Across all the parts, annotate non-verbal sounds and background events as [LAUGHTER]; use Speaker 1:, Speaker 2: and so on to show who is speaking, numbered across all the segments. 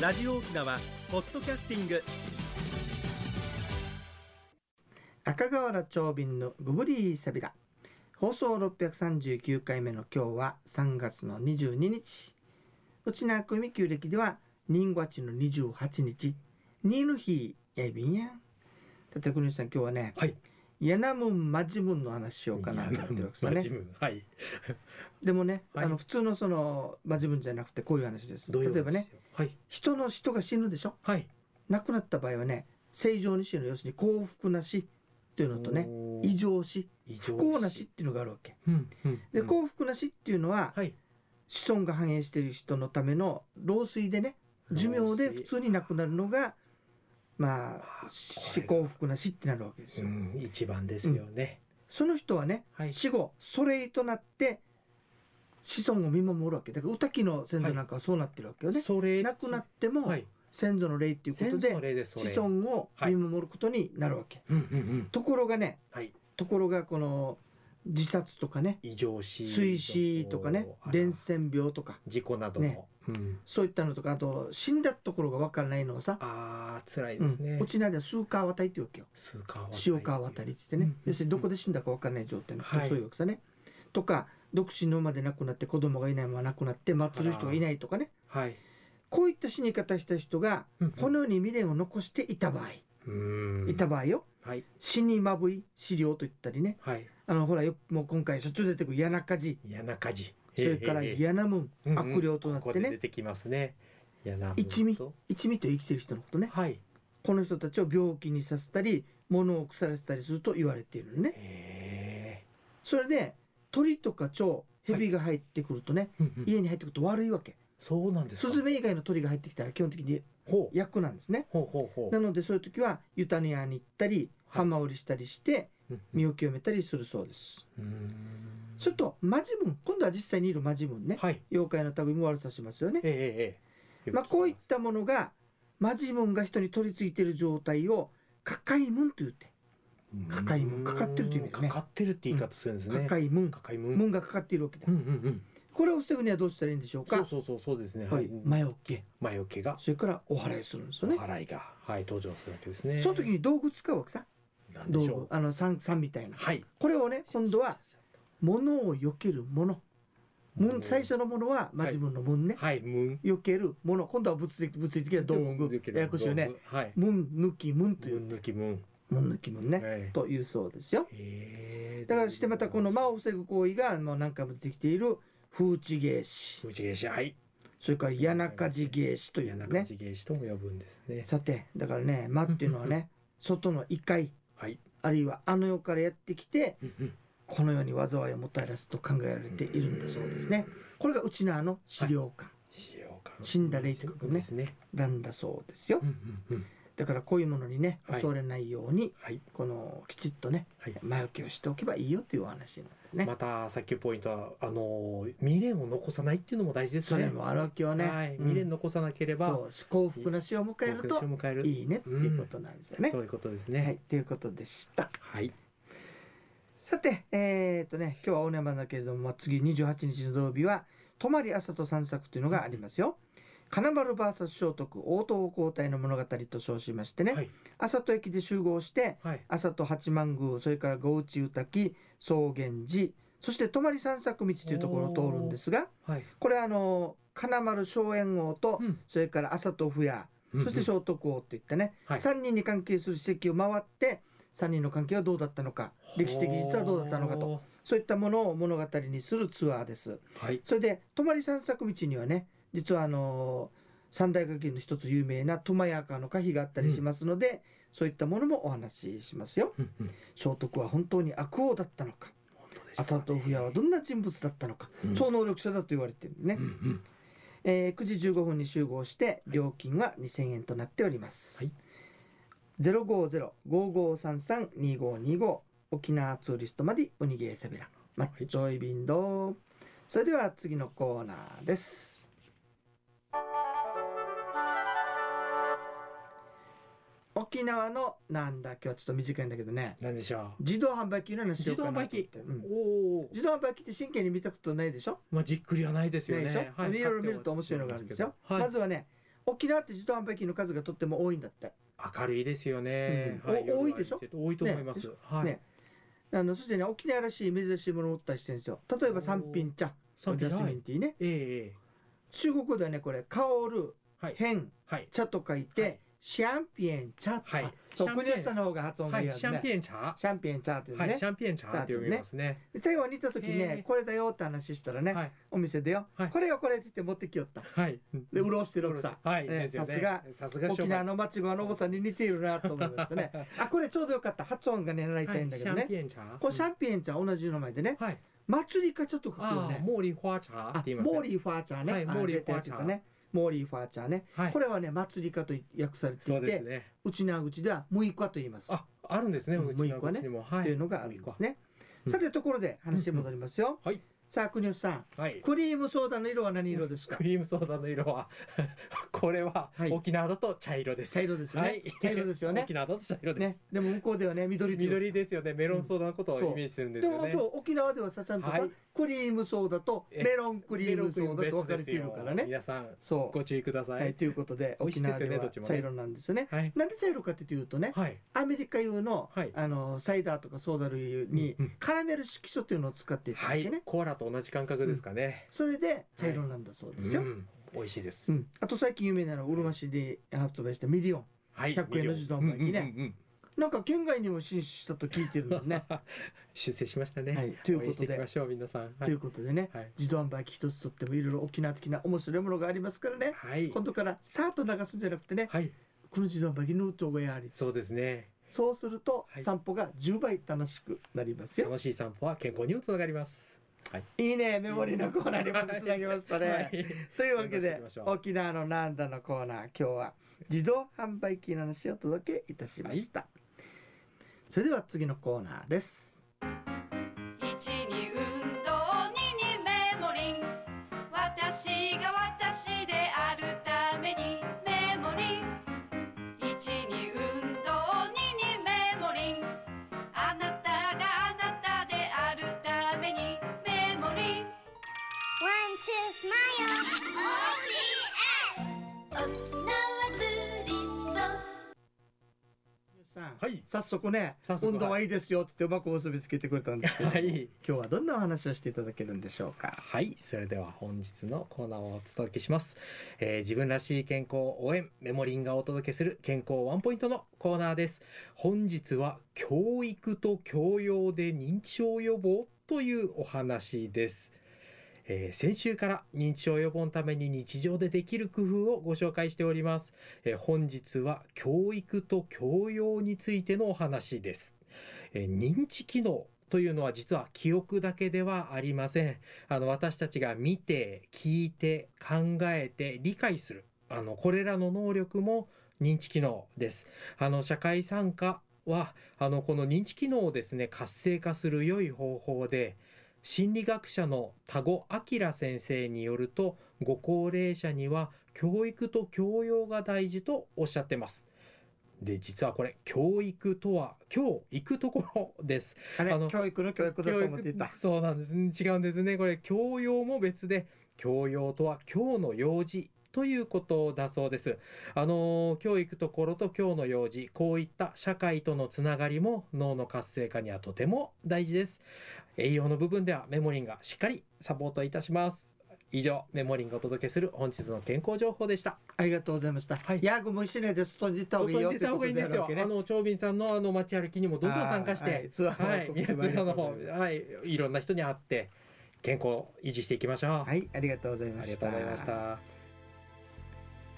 Speaker 1: ラジオ沖縄ポッドキャスティング
Speaker 2: 赤瓦長瓶のグブリーサビラ放送639回目の今日は3月の22日内縄組旧暦では人ごちの28日ニーの日やいびんやん立国さん今日はね
Speaker 3: はい。
Speaker 2: ヤナムンマジムンの話しようかなと思ってるわけですよ
Speaker 3: マジ
Speaker 2: ね
Speaker 3: ムはい。
Speaker 2: でもね、
Speaker 3: はい
Speaker 2: あの普通のそのマジムンじゃなくてこういう話です例えばね。
Speaker 3: はい。
Speaker 2: 人の人が死ぬでしょ
Speaker 3: はい。
Speaker 2: 亡くなった場合はね正常に死ぬ要するに幸福な死というのとね異常死
Speaker 3: 異常
Speaker 2: 不幸な死っていうのがあるわけ
Speaker 3: うん。うん。
Speaker 2: で
Speaker 3: うん。
Speaker 2: 幸福な死っていうのは
Speaker 3: はい。
Speaker 2: 子孫が繁栄している人のための老衰でね寿命で普通に亡くなるのがまあ死幸福な死ってなるわけです
Speaker 3: う
Speaker 2: よ。
Speaker 3: ん。一番ですよね。
Speaker 2: その人はね
Speaker 3: はい。
Speaker 2: 死後それとなって子孫を見守るわけだからおたきの先祖なんかはそうなってるわけよね。
Speaker 3: それ
Speaker 2: 亡くなっても
Speaker 3: はい。
Speaker 2: 先祖の霊っていうこと
Speaker 3: 先祖の
Speaker 2: で
Speaker 3: 例でそれ。
Speaker 2: 子孫を見守ることになるわけ。
Speaker 3: うんうんうん。
Speaker 2: ところがね
Speaker 3: はい。
Speaker 2: ところがこの自殺とかね
Speaker 3: 異常死。
Speaker 2: 水死とかね
Speaker 3: あら
Speaker 2: 伝染病とか
Speaker 3: 事故など
Speaker 2: ね
Speaker 3: も。うん。
Speaker 2: そういったのとかあと死んだところが分からないのはさ
Speaker 3: ああ辛いです
Speaker 2: う
Speaker 3: ね
Speaker 2: ん、落。ちないでは数川渡りっていうわけよ
Speaker 3: 数川渡り
Speaker 2: 潮川渡りって言ってね、
Speaker 3: うん
Speaker 2: 要するにどこで死んだか分からない状態のこと、
Speaker 3: はい
Speaker 2: そういうわけさねとか独身のまで亡くなって子供がいないまま亡くなって祭る人がいないとかね
Speaker 3: はい。
Speaker 2: こういった死に方した人が
Speaker 3: うん
Speaker 2: この世に未練を残していた場合、
Speaker 3: うん。
Speaker 2: いた場合よ
Speaker 3: はい。
Speaker 2: 死にまぶい死霊と言ったりね
Speaker 3: はい。
Speaker 2: あのほらよもう今回しょっちゅう出てくる柳火事
Speaker 3: 嫌な火事。
Speaker 2: それから
Speaker 3: へーへーへー
Speaker 2: 柳ナムン
Speaker 3: うんうん
Speaker 2: 悪霊となっ
Speaker 3: ここ
Speaker 2: て
Speaker 3: で
Speaker 2: ね
Speaker 3: 出てきますね。嫌な。
Speaker 2: 一味一味と生きてる人のことね
Speaker 3: はい。
Speaker 2: この人たちを病気にさせたり物を腐らせたりすると言われているのね
Speaker 3: へ
Speaker 2: それで鳥とか蝶蛇が入ってくるとね、
Speaker 3: え。
Speaker 2: 家に入ってくると悪いわけ
Speaker 3: そうなんです
Speaker 2: ス
Speaker 3: か。
Speaker 2: ズメ以外の鳥が入ってきたら基本的に
Speaker 3: ほう。
Speaker 2: 役なんですね
Speaker 3: ほうほうほ
Speaker 2: なのでそういう時は湯谷屋に行ったり
Speaker 3: はい
Speaker 2: 浜売りしたりして
Speaker 3: う。
Speaker 2: 身を清めたりするそうです
Speaker 3: うん。
Speaker 2: それとマジムン今度は実際にいるマジムンね
Speaker 3: はい。
Speaker 2: 妖怪の類も悪さしますよね
Speaker 3: ええええええ。
Speaker 2: まあこういったものがマジムンが人に取り付いている状態をかかいムンと言ってかかいもんかかってるという意味だよね
Speaker 3: かかってるって言い方するんです
Speaker 2: か
Speaker 3: ね。
Speaker 2: かいムン
Speaker 3: かかいもん。
Speaker 2: ムンがかかっているわけだ
Speaker 3: うんうんうん。
Speaker 2: これを防ぐにはどうしたらいいんでしょう
Speaker 3: そう
Speaker 2: か
Speaker 3: そうそうそうですね。
Speaker 2: は
Speaker 3: はいい。
Speaker 2: 魔除け
Speaker 3: 前置きが
Speaker 2: それからお祓いするんです
Speaker 3: お
Speaker 2: よね
Speaker 3: 払いがはい登場するわけですね。
Speaker 2: その時に道具使うわけさ
Speaker 3: なんで
Speaker 2: 道
Speaker 3: しょ
Speaker 2: 具
Speaker 3: う。
Speaker 2: あの三三みたいな
Speaker 3: はい。
Speaker 2: これをね今度は物を避けるものムン最初のものはマジムンのムンね
Speaker 3: はいムン。
Speaker 2: 避けるもの今度は物理的物理的な道具ややこしいよね。
Speaker 3: はい。
Speaker 2: ムン抜きムンという
Speaker 3: ムン抜きムン。
Speaker 2: ムン抜きムンね
Speaker 3: ええ
Speaker 2: というそうですよ
Speaker 3: へえ
Speaker 2: だからしてまたこの魔を防ぐ行為がもう何回も出てきている風知芸師
Speaker 3: 打ち消しはい。
Speaker 2: それから柳火事芸師とい
Speaker 3: 嫌
Speaker 2: う
Speaker 3: な
Speaker 2: ね
Speaker 3: 地芸師とも呼ぶんですね。
Speaker 2: さてだからね魔っていうのはね外の異界
Speaker 3: はい。
Speaker 2: あるいはあの世からやってきて
Speaker 3: うんうん
Speaker 2: この世に災いをもたらすと考えられているんだそうですねこれがうちなあの資料館
Speaker 3: 使用感
Speaker 2: 死んだ霊と書くね
Speaker 3: ですね。
Speaker 2: なんだそうですよ
Speaker 3: うんうんうん。
Speaker 2: だからこういうものにね
Speaker 3: はい
Speaker 2: 襲われないように
Speaker 3: はい。
Speaker 2: このきちっとね
Speaker 3: はい。
Speaker 2: 前置きをしておけばいいよというお話なんでね
Speaker 3: またさっきのポイントはあのー未練を残さないっていうのも大事です
Speaker 2: そ
Speaker 3: ね。
Speaker 2: れもあるわけよ
Speaker 3: は
Speaker 2: ね
Speaker 3: い、
Speaker 2: うん
Speaker 3: 未練残さなければ
Speaker 2: そう幸福な死を迎える
Speaker 3: 幸福
Speaker 2: と
Speaker 3: な死を迎える
Speaker 2: いいねっていうことなんですよね。
Speaker 3: そういうことです
Speaker 2: はい
Speaker 3: ね。、
Speaker 2: ということでした。
Speaker 3: はい。
Speaker 2: さて、えっとね、今日は大山だけれども、まあ次28日の土曜日は、泊まり朝と散策というのがありますよ。金丸 VS 聖徳応答交代の物語と称しましてね、
Speaker 3: はい。
Speaker 2: 朝と駅で集合して、
Speaker 3: はい。
Speaker 2: 朝と八幡宮、それから五内宇滝、草原寺、そして泊まり散策道というところを通るんですが、
Speaker 3: はい。
Speaker 2: これはあの、金丸荘園王と、
Speaker 3: うん
Speaker 2: それから朝と不夜、そして聖徳王っていったね、
Speaker 3: はい
Speaker 2: 3人に関係する史跡を回って3人の関係はどうだったのか歴史的事実はどうだったのかと。
Speaker 3: ほ
Speaker 2: そういったものを物語にするツアーです
Speaker 3: ーはい。
Speaker 2: それで泊まり散策道にはね実はあのー三大学院の一つ有名な苫屋川の歌碑があったりしますので、そういったものもお話ししますよ
Speaker 3: うんうん
Speaker 2: 聖徳は本当に悪王だったのか
Speaker 3: 本当でした
Speaker 2: 朝と不夜はどんな人物だったのか、
Speaker 3: うん
Speaker 2: 超能力者だと言われてるね、
Speaker 3: うんうん
Speaker 2: えー9時15分に集合して料金は2000円となっております、
Speaker 3: はい
Speaker 2: 050-5533-2525沖縄ツーリストまでおにげえさびらマッチョイビンドーそれでは次のコーナーです沖縄のなんだ今日はちょっと短いんだけどね
Speaker 3: なんでしょう。
Speaker 2: 自動販売機の話しようかなと思って
Speaker 3: 自動
Speaker 2: うん
Speaker 3: おお。
Speaker 2: 自動販売機って真剣に見たことないでしょ
Speaker 3: まあじっくりはないですよ
Speaker 2: ね
Speaker 3: ね。
Speaker 2: でしょ、
Speaker 3: はい
Speaker 2: ろいろ見ると面白いのがあるんですよ、
Speaker 3: はい。
Speaker 2: まずはね沖縄って自動販売機の数がとっても多いんだって
Speaker 3: 明るいですよね。
Speaker 2: うんお多いでしょ
Speaker 3: 夜は多いと思いま
Speaker 2: ね
Speaker 3: す。はい
Speaker 2: ね。あのそしてね沖縄らしい珍しいものを売ったりしてるんですよ例えば三品茶ジ
Speaker 3: 三品
Speaker 2: ャ
Speaker 3: 茶
Speaker 2: スミンティーね
Speaker 3: ええええ
Speaker 2: 中国語ではねこれ「香る」
Speaker 3: は
Speaker 2: 「
Speaker 3: い。
Speaker 2: 変
Speaker 3: はい」。
Speaker 2: 茶と書いて、
Speaker 3: はい
Speaker 2: シャンピエン茶と、
Speaker 3: はい
Speaker 2: あそう
Speaker 3: シャンピエン
Speaker 2: 国吉さんの方が発音が
Speaker 3: はい
Speaker 2: い
Speaker 3: い。
Speaker 2: わ
Speaker 3: シ
Speaker 2: け
Speaker 3: ャン
Speaker 2: ね
Speaker 3: ピエン茶。
Speaker 2: シャンピエン茶というの
Speaker 3: はい。
Speaker 2: ね
Speaker 3: シ、ャンピエン茶って読みますね。
Speaker 2: で台湾に行った時
Speaker 3: へえ
Speaker 2: ねこれだよって話したらね、
Speaker 3: はい。
Speaker 2: お店でよ、
Speaker 3: はい
Speaker 2: これよこれって言って持ってきよった
Speaker 3: はい。
Speaker 2: でうろうしてる奥さん、
Speaker 3: はい。で
Speaker 2: ね
Speaker 3: すよね
Speaker 2: さすが。
Speaker 3: さすが商
Speaker 2: 沖
Speaker 3: 売
Speaker 2: 縄の町場のお坊さんに似ているなと思いま
Speaker 3: [LAUGHS]
Speaker 2: したねあこれちょうどよかった発音がね習いたいんだけど
Speaker 3: はいシ
Speaker 2: ね、
Speaker 3: ャンピエン茶。
Speaker 2: これシャンピエン茶同じの前でね、
Speaker 3: はい。
Speaker 2: 祭りかちょっと書くよ
Speaker 3: ああ、
Speaker 2: ね
Speaker 3: モーリー花茶って言いますね。
Speaker 2: モーリーファーチャーね、
Speaker 3: はい
Speaker 2: あ
Speaker 3: モーリー
Speaker 2: 出てやってたねモーリーファーチャーね、
Speaker 3: はい
Speaker 2: これはね祭りかと訳されて
Speaker 3: そ
Speaker 2: いう
Speaker 3: で
Speaker 2: て
Speaker 3: すね。
Speaker 2: うちなうちではムイカと言います
Speaker 3: あ、あるんですね。
Speaker 2: うん
Speaker 3: うちの
Speaker 2: もう一個ね
Speaker 3: うちにも。は
Speaker 2: という
Speaker 3: い。
Speaker 2: のがあるんですね、
Speaker 3: うん
Speaker 2: さてところで話に戻りますよ、
Speaker 3: うんはい
Speaker 2: さあ国吉さん
Speaker 3: はい。
Speaker 2: クリームソーダの色は何色ですか
Speaker 3: クリームソーダの色は [LAUGHS] これは
Speaker 2: はい
Speaker 3: 沖縄だと茶色です。
Speaker 2: 茶色ですよね、
Speaker 3: はい
Speaker 2: 茶色です
Speaker 3: [LAUGHS]
Speaker 2: よね
Speaker 3: 沖縄だと茶色で
Speaker 2: ね
Speaker 3: す。
Speaker 2: でも向こうではね緑という
Speaker 3: 緑ですよね。メロンソーダのことをイメージするんです
Speaker 2: で
Speaker 3: よ
Speaker 2: も
Speaker 3: ね。
Speaker 2: そう沖縄ではさちゃんとさ、
Speaker 3: はい
Speaker 2: クリームソーダとメロンクリームソーダと分かれているからね
Speaker 3: 皆さん
Speaker 2: そう
Speaker 3: ご注意くださ
Speaker 2: はい
Speaker 3: い。
Speaker 2: ということで
Speaker 3: 美味し
Speaker 2: 沖
Speaker 3: いですよ
Speaker 2: 縄
Speaker 3: ね
Speaker 2: では
Speaker 3: どっちもね
Speaker 2: 茶色なんですよね
Speaker 3: はい。
Speaker 2: なんで茶色かっていうとね
Speaker 3: はい。
Speaker 2: アメリカ用の,、
Speaker 3: はい
Speaker 2: あのサイダーとかソーダ類に
Speaker 3: うん
Speaker 2: カラメル色素というのを使っていたわ
Speaker 3: は
Speaker 2: けね、
Speaker 3: い。コアラと同じ感覚ですかね。
Speaker 2: それで茶色なんだそうですよ、
Speaker 3: うん美味しいで
Speaker 2: う
Speaker 3: す。
Speaker 2: ん、あと最近有名なのうるま市で発売したミリオン
Speaker 3: はい。
Speaker 2: 100円の自動販売機
Speaker 3: うんうんう
Speaker 2: ね
Speaker 3: んうん。
Speaker 2: なんか県外にも進出したと聞いてるのね、
Speaker 3: 出世しました [LAUGHS]
Speaker 2: は
Speaker 3: ね。
Speaker 2: い、という
Speaker 3: 応
Speaker 2: こ
Speaker 3: 援し
Speaker 2: と
Speaker 3: ていき
Speaker 2: で
Speaker 3: ましょう皆さん。は
Speaker 2: とい。
Speaker 3: いう
Speaker 2: ことでね、
Speaker 3: はい
Speaker 2: 自動販売機一つとってもいろいろ沖縄的な面白いものがありますからね、
Speaker 3: はい。
Speaker 2: 今度からさーっと流すんじゃなくてね、
Speaker 3: はい。
Speaker 2: この自動販売機のうちょがやはり
Speaker 3: そうですね。
Speaker 2: そうすると
Speaker 3: はい
Speaker 2: 散歩が10倍楽しくなりますよ、
Speaker 3: 楽しい散歩は健康にもつながります。はい。
Speaker 2: い、いねメモリーのコーナーにまたつなげましたね、
Speaker 3: [LAUGHS] はい。
Speaker 2: というわけ
Speaker 3: どんどんしていきまし
Speaker 2: で
Speaker 3: ょう
Speaker 2: 沖縄のなんだのコーナー今日は自動販売機の話をお届けいたしました、それでは次のコーナーです
Speaker 4: 一に運動二にメモリン私が私であるためにメモリン一に運動二にメモリンあなたがあなたであるためにメモリン
Speaker 5: One, two, smile. OPS.
Speaker 4: 沖縄ツーリスト
Speaker 2: さん
Speaker 3: はい
Speaker 2: 早速ね
Speaker 3: 早速
Speaker 2: 温度はいいですよって言ってうまく結びつけてくれたんですけど、
Speaker 3: はい。
Speaker 2: 今日はどんなお話をしていただけるんでしょうか
Speaker 3: はい。それでは本日のコーナーをお届けします。えー自分らしい健康応援、メモリンがお届けする健康ワンポイントのコーナーです。本日は教育と教養で認知症予防というお話です。えー先週から認知症予防のために日常でできる工夫をご紹介しております。えー本日は教育と教養についてのお話です。えー認知機能というのは実は記憶だけではありません。あの、私たちが見て、聞いて、考えて、理解する。あの、これらの能力も認知機能です。あの、社会参加は、あの、この認知機能をですね、活性化する良い方法で、心理学者の田子明先生によると、ご高齢者には教育と教養が大事とおっしゃってます。で、実はこれ、教育とは、今日行くところです。
Speaker 2: あれ
Speaker 3: あの
Speaker 2: 教育の教育だと思っていた
Speaker 3: 教育そうなんですね違うんですねこれ教養も別で教養とは今日の用事ということだそうですあのー今日行くところと今日の用事こういった社会とのつながりも脳の活性化にはとても大事です栄養の部分ではメモリンがしっかりサポートいたします以上メモリンがお届けする本日の健康情報でした
Speaker 2: ありがとうございました、
Speaker 3: はい
Speaker 2: い、やごも一緒ねで外に出た方がいいよ
Speaker 3: 外
Speaker 2: っ
Speaker 3: に
Speaker 2: て
Speaker 3: 出た方がいいんですよ、
Speaker 2: ことで
Speaker 3: あ
Speaker 2: ある
Speaker 3: の
Speaker 2: わけね
Speaker 3: 長瓶さんのあの街歩きにもどんどん参加し
Speaker 2: あー
Speaker 3: て
Speaker 2: はい、ツアー
Speaker 3: は
Speaker 2: の
Speaker 3: い、
Speaker 2: 告
Speaker 3: 宮
Speaker 2: 知もあ
Speaker 3: 津
Speaker 2: りが
Speaker 3: さんの
Speaker 2: とうご
Speaker 3: 方
Speaker 2: ざいます
Speaker 3: はい、いろんな人に会って健康を維持していきましょう。
Speaker 2: はい、ありがとうござい
Speaker 3: あ
Speaker 2: ま
Speaker 3: りが
Speaker 2: し
Speaker 3: と
Speaker 2: た
Speaker 3: うございました。は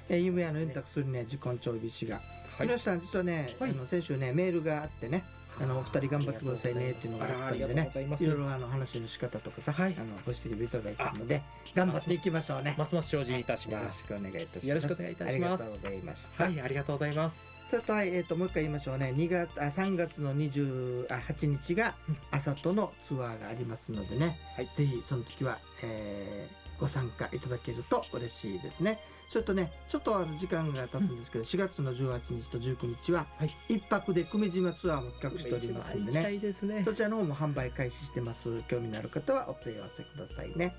Speaker 2: えー、夢やの円卓するね、自己調備士が。
Speaker 3: い
Speaker 2: 皆、さん、実はね、
Speaker 3: はい
Speaker 2: あの先週ね、メールがあってね、あのお二人頑張ってくださいねっていうのがあったんでね、いろい
Speaker 3: ろ
Speaker 2: ろあの話の仕方とかさ、
Speaker 3: はい
Speaker 2: あのご指摘をいただいたので、頑張っていきましょうね。
Speaker 3: ますます精進いたし
Speaker 2: よ
Speaker 3: ま
Speaker 2: ろし
Speaker 3: す。
Speaker 2: くお願いいたします。
Speaker 3: よろしくお願いいたします
Speaker 2: ありがとうございました。
Speaker 3: はい、ありがとうございます。
Speaker 2: それとはい、えっ、と、もう一回言いましょうね。2月、あ、3月の28日が
Speaker 3: うん、
Speaker 2: あさとのツアーがありますのでね、
Speaker 3: はい
Speaker 2: ぜひその時は、えーご参加いただけると嬉しいですね。それとね、ちょっとあの時間が経つんですけど、4月の18日と19日は、
Speaker 3: はい
Speaker 2: 一泊で久米島ツアーも企画しておりますんで
Speaker 3: 一番行きた
Speaker 2: ね、
Speaker 3: いですね。
Speaker 2: そちらの方も販売開始してます。興味のある方はお問い合わせくださいね。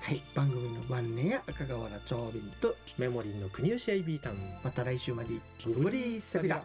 Speaker 2: はい、番組の晩年や赤瓦長瓶と
Speaker 3: メモリーの国吉 AB タウン
Speaker 2: また来週までグブリーサビラ